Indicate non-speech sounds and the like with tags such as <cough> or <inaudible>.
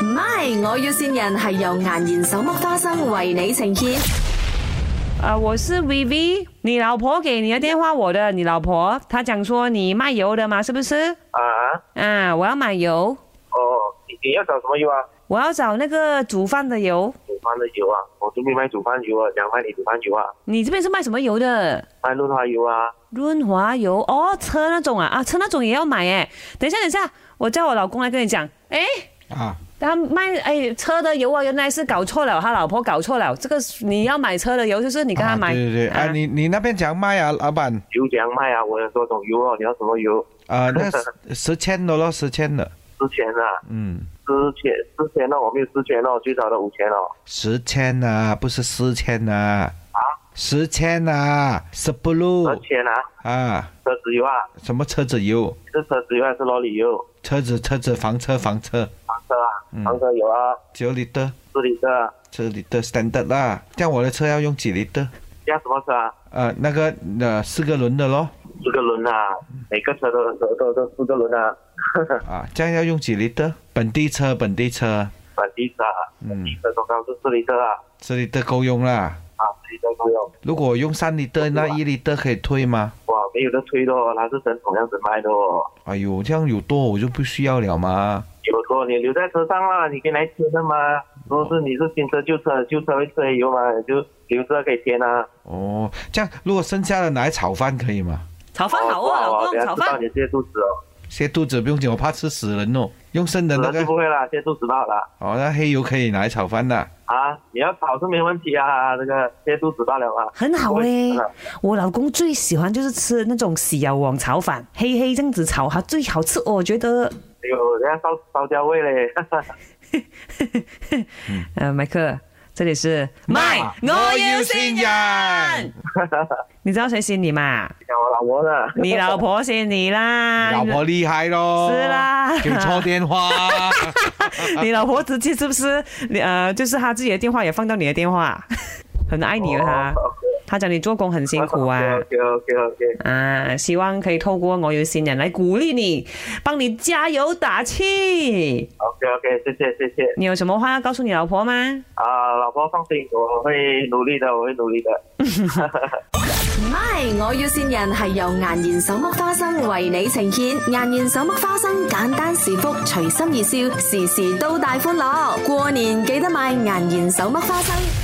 唔係，我要線人係由顏然手剝花生為你呈現。呃，我是 Vivi，你老婆给你的电话我的，你老婆她讲说你卖油的嘛，是不是？啊，啊，我要买油，哦，你你要找什么油啊？我要找那个煮饭的油。煮饭的油啊，我这边卖煮饭油啊，想卖你煮饭油啊，你这边是卖什么油的？卖润滑油啊。润滑油哦，车那种啊啊，车那种也要买哎。等一下，等一下，我叫我老公来跟你讲。哎，啊，他卖哎车的油啊，原来是搞错了，他老婆搞错了。这个你要买车的油，就是你跟他买。啊对对对，啊，啊你你那边讲卖啊，老板，油怎样卖啊？我有多种油哦，你要什么油？啊， <laughs> 那十十千的咯，十千的，四千啊，嗯，四千四千哦，我没有四千哦，最少的五千哦。十千啊，不是四千啊，啊，十千啊，十不二路千啊，啊，车子油啊，什么车子油，是车子油还是罗里油？车子车子房车房车，房车啊嗯，房车油啊，九里的四里车，啊这里的 standard 啦，这样我的车要用几里的？要什么车啊？呃，那个呃四个轮的咯，四个轮啊，每个车都都都都四个轮啊，啊，这样要用几里的？本地车本地车，本地车啊，嗯，这通常是四里车啊，这里的够用啦。啊，四里车都有。如果我用三里的，那一里的可以退吗？哇，没有的推的哦，它是整桶样子卖的哦。哎呦，这样有多我就不需要了嘛。有多你留在车上啦，你可以来贴的嘛。如果是你是新车旧车，旧车会车油嘛，你就留着可以贴啊。哦，这样如果剩下的拿来炒饭可以吗？炒饭好哦哦，哇老哇公，等炒下吃到饭你泻肚子哦，泻肚子不用紧，我怕吃死人哦。用剩的死那了个就，不会啦，泻肚子到了哦，那黑油可以拿来炒饭的。啊。你要炒是没问题啊，那个泻肚子罢了嘛。很好我哎、是啊我老公最喜欢就是吃那种豉油王炒饭，黑黑这样子炒，它最好吃哦，我觉得。哎呦，人家烧烧焦味嘞， <laughs> 呃，麦克，这里是麦，新先。人。你知道谁信你吗？讲我老婆呢。你老婆信你啦，老婆厉害咯，是哎啦 <laughs> 给错电话，你老婆直接是不是？你呃，就是她自己的电话也放到你的电话， <laughs> 很爱你了哦她。她讲你做工很辛苦啊。 OK OK OK，啊，希望可以透过我有新人来鼓励你，帮你加油打气。 OK OK，谢谢谢谢你有什么话要告诉你老婆吗？啊，老婆放心，我会努力的，我会努力的。唔係，我要線人係由顏然手剝花生為你呈現。顏然手剝花生，簡單是福，隨心而笑，時時都大歡樂。過年記得買顏然手剝花生。